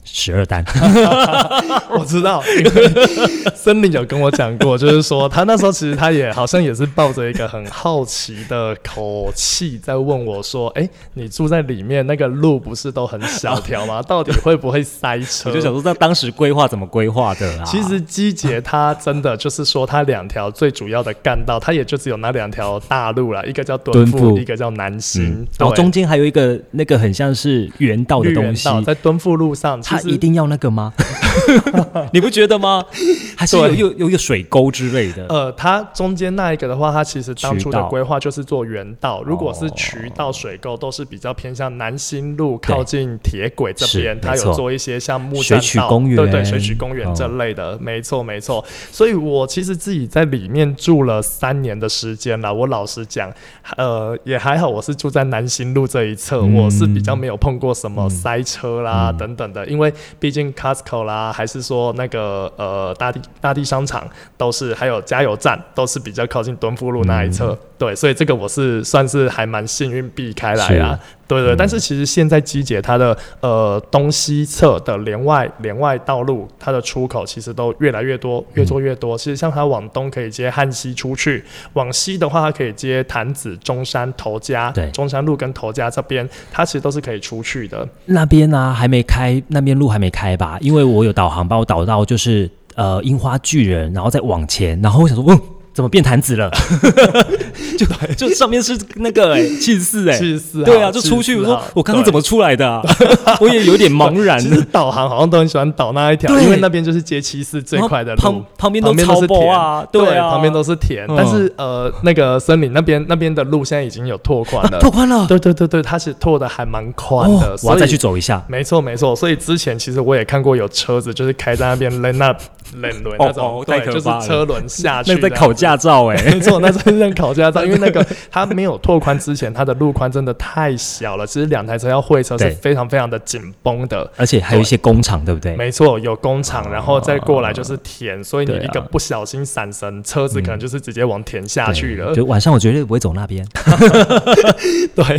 [SPEAKER 1] 十二 单。
[SPEAKER 2] 我知道，因为 森林有跟我讲过，就是说他那时候其实他也好像也是抱着一个很好奇的口气在问我说：“哎、你住在里面，那个路不是都很小 条吗？到底会不会塞车？”
[SPEAKER 1] 说，他当时规划怎么规划的啊
[SPEAKER 2] 其实机捷它真的就是说，它两条最主要的干道，它也就只有那两条大路啦，一个叫敦
[SPEAKER 1] 敦
[SPEAKER 2] 富，
[SPEAKER 1] 富
[SPEAKER 2] 一个叫南
[SPEAKER 1] 嗯
[SPEAKER 2] 新。
[SPEAKER 1] 然后
[SPEAKER 2] 对
[SPEAKER 1] 中间还有一个那个很像是圆道的
[SPEAKER 2] 绿
[SPEAKER 1] 东
[SPEAKER 2] 园
[SPEAKER 1] 西，
[SPEAKER 2] 道在敦富路上，其
[SPEAKER 1] 它
[SPEAKER 2] 实
[SPEAKER 1] 一定要那个 吗？你不觉得吗？ 还是有有有一个水沟之类的？
[SPEAKER 2] 呃，它中间那一个的话，它其实当
[SPEAKER 1] 渠
[SPEAKER 2] 初的
[SPEAKER 1] 道
[SPEAKER 2] 规划就是做原道，如果是
[SPEAKER 1] 哦
[SPEAKER 2] 渠道、水沟都是比较偏向南新路
[SPEAKER 1] 对
[SPEAKER 2] 靠近铁轨这
[SPEAKER 1] 是
[SPEAKER 2] 边，
[SPEAKER 1] 没
[SPEAKER 2] 它
[SPEAKER 1] 错
[SPEAKER 2] 有做一些像木
[SPEAKER 1] 水
[SPEAKER 2] 栈
[SPEAKER 1] 曲
[SPEAKER 2] 道、
[SPEAKER 1] 公园哦
[SPEAKER 2] 对对水曲公园这类的，没错没错。所以我其实自己在里面住了三年的时间啦，我老实讲，呃，也还好，我是住在南新路这一侧，
[SPEAKER 1] 嗯
[SPEAKER 2] 我是比较没有碰过什么塞车啦、等等的，因为毕竟 Costco 啦，还是说那个呃大地大地商场都是，还有加油站都是比较靠近敦富路那一侧，对，所以这个我是算是还蛮幸运避开来啦。对
[SPEAKER 1] 嗯
[SPEAKER 2] 对，但是其实现在机捷它的呃东西侧的连外连外道路，它的出口其实都越来越
[SPEAKER 1] 嗯
[SPEAKER 2] 多，越做越多。其实像它往东可以接汉西出去，往西的话它可以接潭子、中山、头家，
[SPEAKER 1] 对
[SPEAKER 2] 中山路跟头家这边，它其实都是可以出去的。
[SPEAKER 1] 那边呢、还没开，那边路还没开吧？因为我有导航，把我导到就是呃樱花巨人，然后再往前，然后我想说，哦，怎么变坛子了？ 就就上面是那个哎、气势哎，
[SPEAKER 2] 气势
[SPEAKER 1] 对啊，
[SPEAKER 2] 好
[SPEAKER 1] 就出去。
[SPEAKER 2] 气势
[SPEAKER 1] 我说
[SPEAKER 2] 好
[SPEAKER 1] 我刚刚
[SPEAKER 2] 对
[SPEAKER 1] 怎么出来的、啊？我也有点茫然。
[SPEAKER 2] 其实导航好像都很喜欢导那一条，
[SPEAKER 1] 对
[SPEAKER 2] 因为那边就是街七四最快的
[SPEAKER 1] 然后
[SPEAKER 2] 路
[SPEAKER 1] 旁。旁边都超
[SPEAKER 2] 是
[SPEAKER 1] 薄啊，
[SPEAKER 2] 田
[SPEAKER 1] 对啊，
[SPEAKER 2] 旁边都是田
[SPEAKER 1] 嗯。
[SPEAKER 2] 但是呃，那个森林那边那边的路现在已经有拓宽了，
[SPEAKER 1] 拓宽了，
[SPEAKER 2] 对对对对，它是拓的还蛮宽的，
[SPEAKER 1] 哦，我
[SPEAKER 2] 所
[SPEAKER 1] 要
[SPEAKER 2] 以
[SPEAKER 1] 再去。走一下。
[SPEAKER 2] 没错没错，所以之前其实我也看过有车子就是开在那边扔那 冷轮那
[SPEAKER 1] 哦
[SPEAKER 2] 种
[SPEAKER 1] 哦，
[SPEAKER 2] 对
[SPEAKER 1] 太，可
[SPEAKER 2] 就是
[SPEAKER 1] 怕了
[SPEAKER 2] 车轮下去
[SPEAKER 1] 那
[SPEAKER 2] 的。
[SPEAKER 1] 个在考驾照哎、
[SPEAKER 2] 没错，那真是像考驾照，因为那个它没有拓宽之前，它的路宽真的太小了，其实两台车要会车是
[SPEAKER 1] 对
[SPEAKER 2] 非常非常的紧绷的。
[SPEAKER 1] 而且还有一些工厂，对不对？哦
[SPEAKER 2] 没错，有工厂，然后再过来就是田，所以你
[SPEAKER 1] 对啊
[SPEAKER 2] 一个不小心闪神，车子可能就是直接往田下去了
[SPEAKER 1] 对。就晚上我绝对不会走那边。
[SPEAKER 2] 对，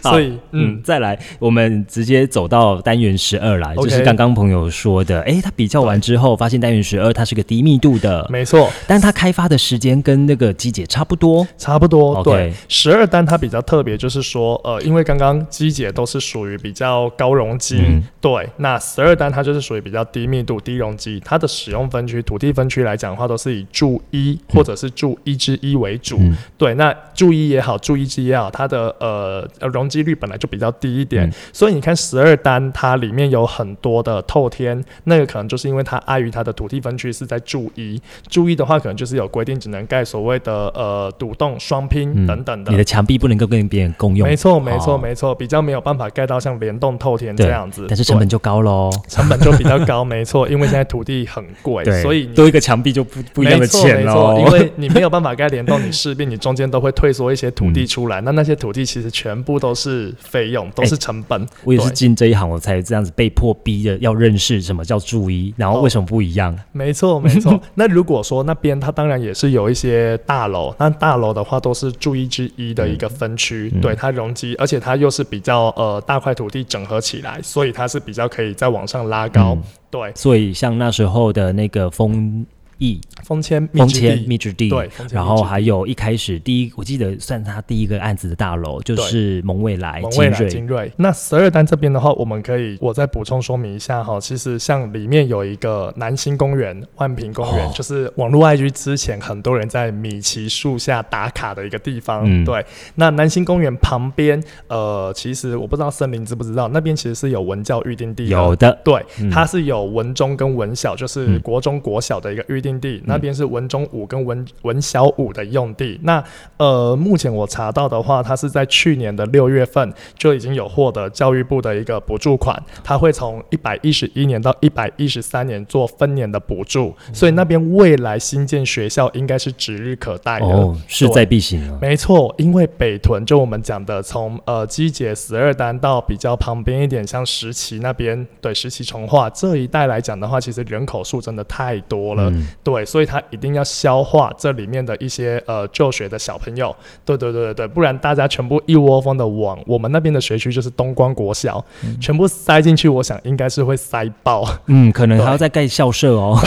[SPEAKER 2] 所以嗯
[SPEAKER 1] 嗯，再来，我们直接走到单元十二来，就
[SPEAKER 2] OK
[SPEAKER 1] 是刚刚朋友说的，诶，他比较完之后发现单元十二它是个低密度的，
[SPEAKER 2] 没错，
[SPEAKER 1] 但它开发的时间跟那个机姐差不多，
[SPEAKER 2] 差不多。
[SPEAKER 1] OK
[SPEAKER 2] 对，十二单它比较特别，就是说，呃，因为刚刚机姐都是属于比较高容积，
[SPEAKER 1] 嗯
[SPEAKER 2] 对，那十二单它就是属于比较低密度、低容积，它的使用分区、土地分区来讲的话，都是以住一或者是住一之一为主。
[SPEAKER 1] 嗯
[SPEAKER 2] 对，那住一也好，住一之一也好，它的呃呃容积率本来就比较低一点，
[SPEAKER 1] 嗯
[SPEAKER 2] 所以你看十二单它里面有很多的透天，那个可能就是因为它碍于它的土地分区是在住一，注意的话，可能就是有规定只能盖所谓的呃独栋、双拼
[SPEAKER 1] 嗯
[SPEAKER 2] 等等的。
[SPEAKER 1] 你的墙壁不能够跟别人共用，
[SPEAKER 2] 没错，没错，
[SPEAKER 1] 哦
[SPEAKER 2] 没错，比较没有办法盖到像联动透天
[SPEAKER 1] 对
[SPEAKER 2] 这样子，
[SPEAKER 1] 但是成 本就高喽。
[SPEAKER 2] 对成本就比较高，没错，因为现在土地很贵，所以你
[SPEAKER 1] 多一个墙壁就不不一样的钱哦
[SPEAKER 2] 没
[SPEAKER 1] 喽
[SPEAKER 2] 错，。没错因为你没有办法盖联动，你势必你中间都会退缩一些土 地出来，那那些土地其实全部都是费用，都是成本。
[SPEAKER 1] 哎我也是
[SPEAKER 2] 对
[SPEAKER 1] 进这一行，我才这样子被迫逼着要认识什么叫注意，然
[SPEAKER 2] 嗯
[SPEAKER 1] 后为什么不一样？
[SPEAKER 2] 没错，没 错。那如果说那边它当然也是有一些大楼，那大楼的话都是住一之一的一个分区，
[SPEAKER 1] 嗯
[SPEAKER 2] 对它容积，而且它又是比较呃大块土地整合起来，所以它是比较可以再往上拉高。
[SPEAKER 1] 嗯
[SPEAKER 2] 对，
[SPEAKER 1] 所以像那时候的那个封邑、
[SPEAKER 2] 封签、
[SPEAKER 1] 封
[SPEAKER 2] 置
[SPEAKER 1] 签、
[SPEAKER 2] 地
[SPEAKER 1] 密制地，
[SPEAKER 2] 对，封签
[SPEAKER 1] 然
[SPEAKER 2] 密
[SPEAKER 1] 后
[SPEAKER 2] 制地
[SPEAKER 1] 还有一开始第一，我记得算他第一个案子的大楼就是蒙未来、
[SPEAKER 2] 蒙
[SPEAKER 1] 金
[SPEAKER 2] 未来、
[SPEAKER 1] 瑞，
[SPEAKER 2] 精锐。那十二单这边的话，我们可以我再补充说明一下哈。其实像里面有一个南新公园、万平公园，
[SPEAKER 1] 哦
[SPEAKER 2] 就是网络 IG 之前很多人在米奇树下打卡的一个地方。
[SPEAKER 1] 嗯
[SPEAKER 2] 对，那南新公园旁边，呃，其实我不知道森林知不知道，那边其实是有文教预定地的。
[SPEAKER 1] 有的，
[SPEAKER 2] 对，
[SPEAKER 1] 嗯
[SPEAKER 2] 它是有文中跟文小，就是
[SPEAKER 1] 嗯
[SPEAKER 2] 国中、国小的一个预定地，那边是文中五跟文文小五的用地。那呃，目前我查到的话，它是在去年的六月份就已经有获得教育部的一个补助款，它会从一百一十一年到一百一十三年做分年的补助，所以
[SPEAKER 1] 嗯
[SPEAKER 2] 那边未来新建学校应该是指日可待哎的。
[SPEAKER 1] 哦，势在必行啊。
[SPEAKER 2] 没错，因为北屯就我们讲的，从呃基捷十二单到比较旁边一点，像石岐那边，对石岐重化这一带来讲的话，其实人口数真的太多了，
[SPEAKER 1] 嗯
[SPEAKER 2] 对，所以它一定要消化这里面的一些呃就学的小朋友，对对对对对，不然大家全部一窝蜂的往我们那边的学区就是东光国小，全部塞进去，我想应该是会塞爆，
[SPEAKER 1] 嗯，可能还要再盖校舍哦。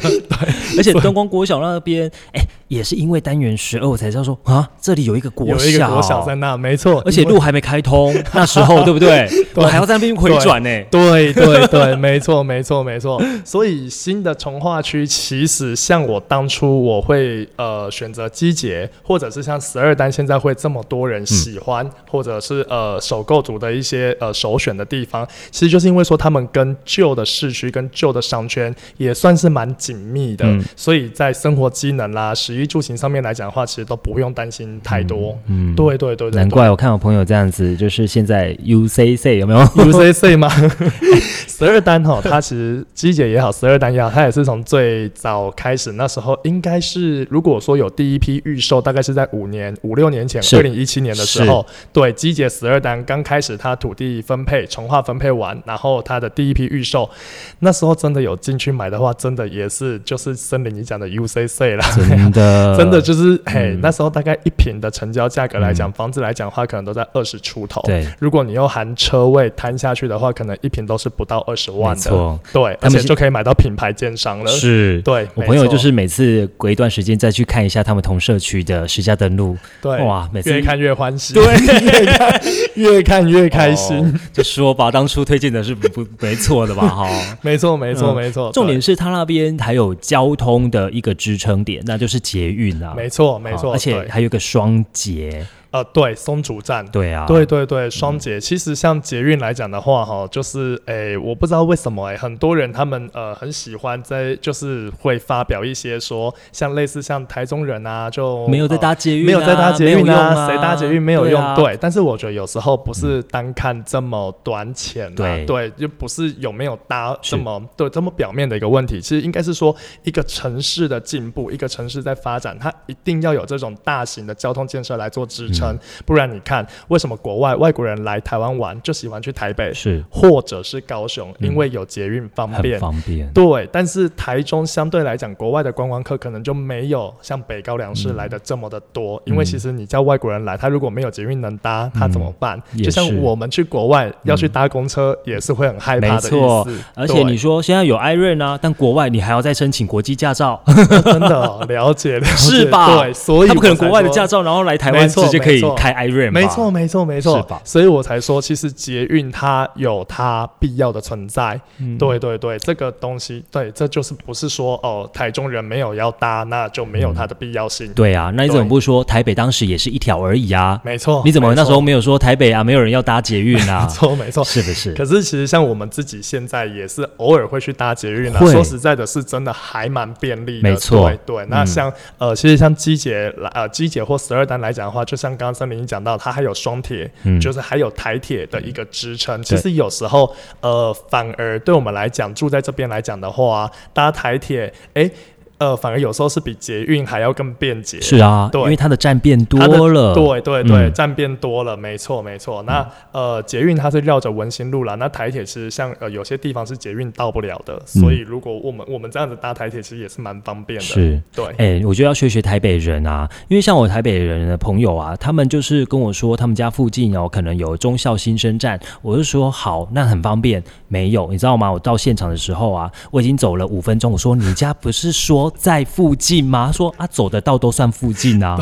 [SPEAKER 1] 而且灯光国小那边，哎，也是因为单元十二，我才知道说啊，这里有一个国
[SPEAKER 2] 有一个国小在那，没错，
[SPEAKER 1] 而且
[SPEAKER 2] 因为
[SPEAKER 1] 路还没开 通，那时候对不对？我还要在那边回转呢、
[SPEAKER 2] 对 对对，没错没错没错。所以新的从化区，其实像我当初我会呃选择基捷，或者是像十二单现在会这么多人喜欢，或者是呃首购族的一些呃首选的地方，其实就是因为说他们跟旧的市区跟旧的商圈也算是蛮紧密的，
[SPEAKER 1] 嗯
[SPEAKER 2] 所以在生活机能啦、食衣住行上面来讲的话，其实都不用担心太多。
[SPEAKER 1] 嗯，
[SPEAKER 2] 对对对对对
[SPEAKER 1] 难怪我看我朋友这样子，就是现在 UCC 有没 有？
[SPEAKER 2] UCC 吗？十二单哈，它其实机姐也好，十二单也好，它也是从最早开始，那时候应该是如果说有第一批预售，大概是在五年、五六年前，
[SPEAKER 1] 是
[SPEAKER 2] 二零一七年的时候，对，机姐十二单刚开始，它土地分配、重化分配完，然后它的第一批预售，那时候真的有进去买的话，真的也是就是森林你讲的 UCC 啦。
[SPEAKER 1] 真的，
[SPEAKER 2] 啊 真的就是，嘿，
[SPEAKER 1] 嗯
[SPEAKER 2] 那时候大概一平的成交价格来讲，房子来讲的话，可能都在二十出头。
[SPEAKER 1] 对，
[SPEAKER 2] 如果你又含车位摊下去的话，可能一瓶都是不到二十
[SPEAKER 1] 没
[SPEAKER 2] 万的，
[SPEAKER 1] 错，
[SPEAKER 2] 对，
[SPEAKER 1] 他们
[SPEAKER 2] 而且
[SPEAKER 1] 是
[SPEAKER 2] 就可以买到品牌建商了。
[SPEAKER 1] 是。
[SPEAKER 2] 对，
[SPEAKER 1] 我
[SPEAKER 2] 没
[SPEAKER 1] 朋友
[SPEAKER 2] 错
[SPEAKER 1] 就是每次隔一段时间再去看一下他们同社区的实价登录，
[SPEAKER 2] 对，
[SPEAKER 1] 哇，每次
[SPEAKER 2] 越看越欢喜，
[SPEAKER 1] 对
[SPEAKER 2] 越看越看越开 心。
[SPEAKER 1] 哦 就说吧，当初推荐的是不不没错的 吧？哈，
[SPEAKER 2] 没错，没错，
[SPEAKER 1] 嗯
[SPEAKER 2] 没错。
[SPEAKER 1] 重点是他那边还有交通的一个支撑点，那就是捷运啊
[SPEAKER 2] 对，，没错，没错，
[SPEAKER 1] 而且
[SPEAKER 2] 对
[SPEAKER 1] 还有一个双捷，
[SPEAKER 2] 呃，对，松竹站，
[SPEAKER 1] 对啊，
[SPEAKER 2] 对对对，双节、其实像捷运来讲的话，哈，就是诶、我不知道为什么诶、很多人他们呃很喜欢在就是会发表一些说，像类似像台中人啊，就
[SPEAKER 1] 没有在
[SPEAKER 2] 呃
[SPEAKER 1] 搭捷运啊、
[SPEAKER 2] 没有在搭捷
[SPEAKER 1] 没有
[SPEAKER 2] 运
[SPEAKER 1] 用
[SPEAKER 2] 啊，
[SPEAKER 1] 啊，
[SPEAKER 2] 谁搭捷运没有用？
[SPEAKER 1] 啊，
[SPEAKER 2] 对，但是我觉得有时候不是单看这么短浅、啊，
[SPEAKER 1] 对
[SPEAKER 2] 对，就不是有没有搭
[SPEAKER 1] 是
[SPEAKER 2] 这么对这么表面的一个问题。其实应该是说，一个城市的进步，一个城市在发展，它一定要有这种大型的交通建设来做支
[SPEAKER 1] 嗯
[SPEAKER 2] 撑。不然你看，为什么国外外国人来台湾玩就喜欢去台北
[SPEAKER 1] 是
[SPEAKER 2] 或者是高雄，
[SPEAKER 1] 嗯
[SPEAKER 2] 因为有捷运方
[SPEAKER 1] 很
[SPEAKER 2] 便。
[SPEAKER 1] 方便，
[SPEAKER 2] 对，但是台中相对来讲，国外的观光客可能就没有像北高粱市来的这么的多，因为其实你叫外国人来，他如果没有捷运能搭，他怎么办？
[SPEAKER 1] 嗯也
[SPEAKER 2] 就像
[SPEAKER 1] 是
[SPEAKER 2] 我们去国外、要去搭公车，也是会很害
[SPEAKER 1] 没
[SPEAKER 2] 怕的
[SPEAKER 1] 错
[SPEAKER 2] 意思。
[SPEAKER 1] 而且你
[SPEAKER 2] 对
[SPEAKER 1] 说现在有 i r o n 啊，但国外你还要再申请国际驾照，
[SPEAKER 2] 真的、哦、了解了解，
[SPEAKER 1] 是吧
[SPEAKER 2] 对，所以
[SPEAKER 1] 他不可能
[SPEAKER 2] 我才
[SPEAKER 1] 国外的
[SPEAKER 2] 说
[SPEAKER 1] 驾照，然后来台湾
[SPEAKER 2] 没错
[SPEAKER 1] 直接可以
[SPEAKER 2] 没错
[SPEAKER 1] 开 i r o n
[SPEAKER 2] 没错，，没错，没错
[SPEAKER 1] 是吧，
[SPEAKER 2] 所以我才说，其实捷运它有它必要的存在。
[SPEAKER 1] 嗯
[SPEAKER 2] 对对对，这个东西，对，这就是不是说哦，台中人没有要搭，那就没有它的必要性。
[SPEAKER 1] 对啊，那你怎么
[SPEAKER 2] 对
[SPEAKER 1] 不说台北当时也是一条而已啊？
[SPEAKER 2] 没错，
[SPEAKER 1] 你怎么
[SPEAKER 2] 没
[SPEAKER 1] 那
[SPEAKER 2] 错
[SPEAKER 1] 时候没有说台北啊？没有人要搭捷运啊
[SPEAKER 2] 没？错没错？
[SPEAKER 1] 是不是？
[SPEAKER 2] 可是其实像我们自己现在也是偶尔会去搭捷运啊，
[SPEAKER 1] 会
[SPEAKER 2] 说实在的，是真的还蛮便利的。
[SPEAKER 1] 没错
[SPEAKER 2] 对对。那
[SPEAKER 1] 嗯
[SPEAKER 2] 像、呃，其实像机捷来呃机捷或十二单来讲的话，就像刚刚森林讲到，它还有双铁，
[SPEAKER 1] 嗯
[SPEAKER 2] 就是还有台铁的一个支撑。其
[SPEAKER 1] 对
[SPEAKER 2] 实有时候呃，反而对我们来讲，住在这边来讲的话、搭台铁，哎、呃，反而有时候是比捷运还要更便捷。
[SPEAKER 1] 是啊，
[SPEAKER 2] 对
[SPEAKER 1] 因为它的站变
[SPEAKER 2] 它的
[SPEAKER 1] 多了，
[SPEAKER 2] 对对对，
[SPEAKER 1] 嗯
[SPEAKER 2] 站变多了，没错没错。那呃，捷运它是绕着文心路啦，那台铁其实像呃有些地方是捷运到不了的，所以如果我们我们这样子搭台铁，其实也是蛮方便的。
[SPEAKER 1] 嗯是。
[SPEAKER 2] 对，
[SPEAKER 1] 哎、我觉得要学学台北人啊，因为像我台北人的朋友啊，他们就是跟我说，他们家附近哦，可能有忠孝新生站，我就说好，那很方便。没有，你知道吗？我到现场的时候啊，我已经走了五分钟，我说你家不是说在附近吗？他说啊，走得到都算附近啊。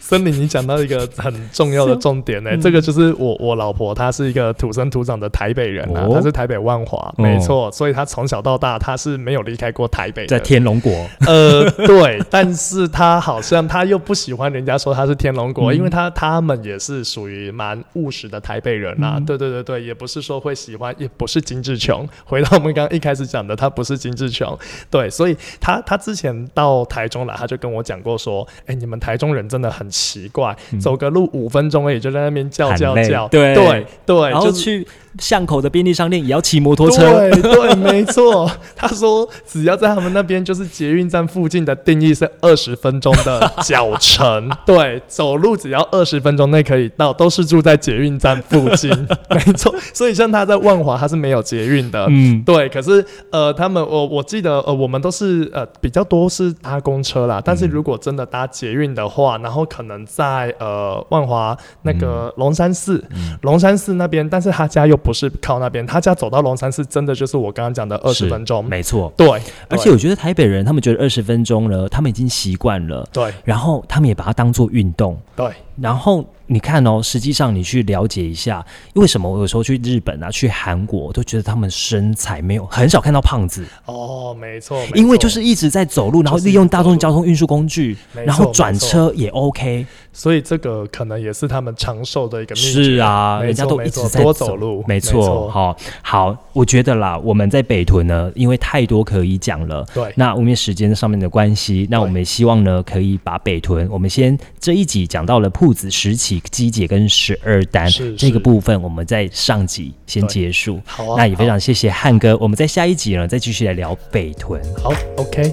[SPEAKER 2] 森林，你讲到一个很重要的重 点呢、
[SPEAKER 1] 嗯
[SPEAKER 2] 这个就是我我老婆，她是一个土生土长的台北人啊，
[SPEAKER 1] 哦
[SPEAKER 2] 她是台北万华，没错，所以她从小到大她是没有离开过台北
[SPEAKER 1] 在
[SPEAKER 2] 的。
[SPEAKER 1] 天龙国，
[SPEAKER 2] 呃，对，但是他好像他又不喜欢人家说他是天龙国，
[SPEAKER 1] 嗯
[SPEAKER 2] 因为他他们也是属于蛮务实的台北人
[SPEAKER 1] 嗯
[SPEAKER 2] 啊。对对对对，也不是说会喜欢，也不是金志琼。回到我们刚刚一开始讲的，他不是金志琼，对，所以他他之前到台中来，他就跟我讲过说，哎、你们台中人真的很奇怪，走个路五分钟而已，就在那边叫
[SPEAKER 1] 嗯喊
[SPEAKER 2] 叫
[SPEAKER 1] 累
[SPEAKER 2] 叫，
[SPEAKER 1] 对
[SPEAKER 2] 对对，
[SPEAKER 1] 然
[SPEAKER 2] 就
[SPEAKER 1] 后
[SPEAKER 2] 是
[SPEAKER 1] 去巷口的便利商店也要骑摩托车。
[SPEAKER 2] 对对，没错。他说只要在他们那边，就是捷运站附近的定义是二十分钟的脚程， 对，走路只要二十分钟内可以到，都是住在捷运站附 近，没错。所以像他在万华，他是没有捷运的。
[SPEAKER 1] 嗯，
[SPEAKER 2] 对，可是呃，他们我我记得呃，我们都是呃比较多是搭公车啦，但是如果真的搭捷运的话，然后可能在呃万华那个龙山寺，
[SPEAKER 1] 嗯
[SPEAKER 2] 龙山寺那边，但是他家又不是靠那边，他家走到龙山寺真的就是我刚刚讲的二十
[SPEAKER 1] 是
[SPEAKER 2] 分钟。
[SPEAKER 1] 没错。
[SPEAKER 2] 对，
[SPEAKER 1] 而且我觉得台北人他们觉得二十分钟了，他们已经习惯了，
[SPEAKER 2] 对
[SPEAKER 1] 然后他们也把它当做运动。
[SPEAKER 2] 对
[SPEAKER 1] 然后你看哦，实际上你去了解一下，为什么我有时候去日本啊、去韩国，我都觉得他们身材没有很少看到胖子，
[SPEAKER 2] 哦，没错，没
[SPEAKER 1] 因为
[SPEAKER 2] 错
[SPEAKER 1] 就是一直在走路，然后
[SPEAKER 2] 就是
[SPEAKER 1] 利用大众交通运输工具，
[SPEAKER 2] 没错
[SPEAKER 1] 然后转车也 OK。
[SPEAKER 2] 所以这个可能也是他们长寿的一个秘诀。
[SPEAKER 1] 是啊，
[SPEAKER 2] 没
[SPEAKER 1] 人家
[SPEAKER 2] 错
[SPEAKER 1] 都
[SPEAKER 2] 没
[SPEAKER 1] 一
[SPEAKER 2] 错
[SPEAKER 1] 直在
[SPEAKER 2] 多走路，
[SPEAKER 1] 没错。好、好，我觉得啦，我们在北屯呢，因为太多可以讲了，
[SPEAKER 2] 对，
[SPEAKER 1] 那因为时间上面的关系，那我们也希望呢，可以把北屯，我们先这一集讲到了铺子十起、机姐跟十二单
[SPEAKER 2] 是
[SPEAKER 1] 这个
[SPEAKER 2] 是
[SPEAKER 1] 部分，我们在上集先
[SPEAKER 2] 对
[SPEAKER 1] 结束。
[SPEAKER 2] 好啊，
[SPEAKER 1] 那也非常谢谢汉哥，我们在下一集呢再继续来聊北屯。
[SPEAKER 2] 好好，OK。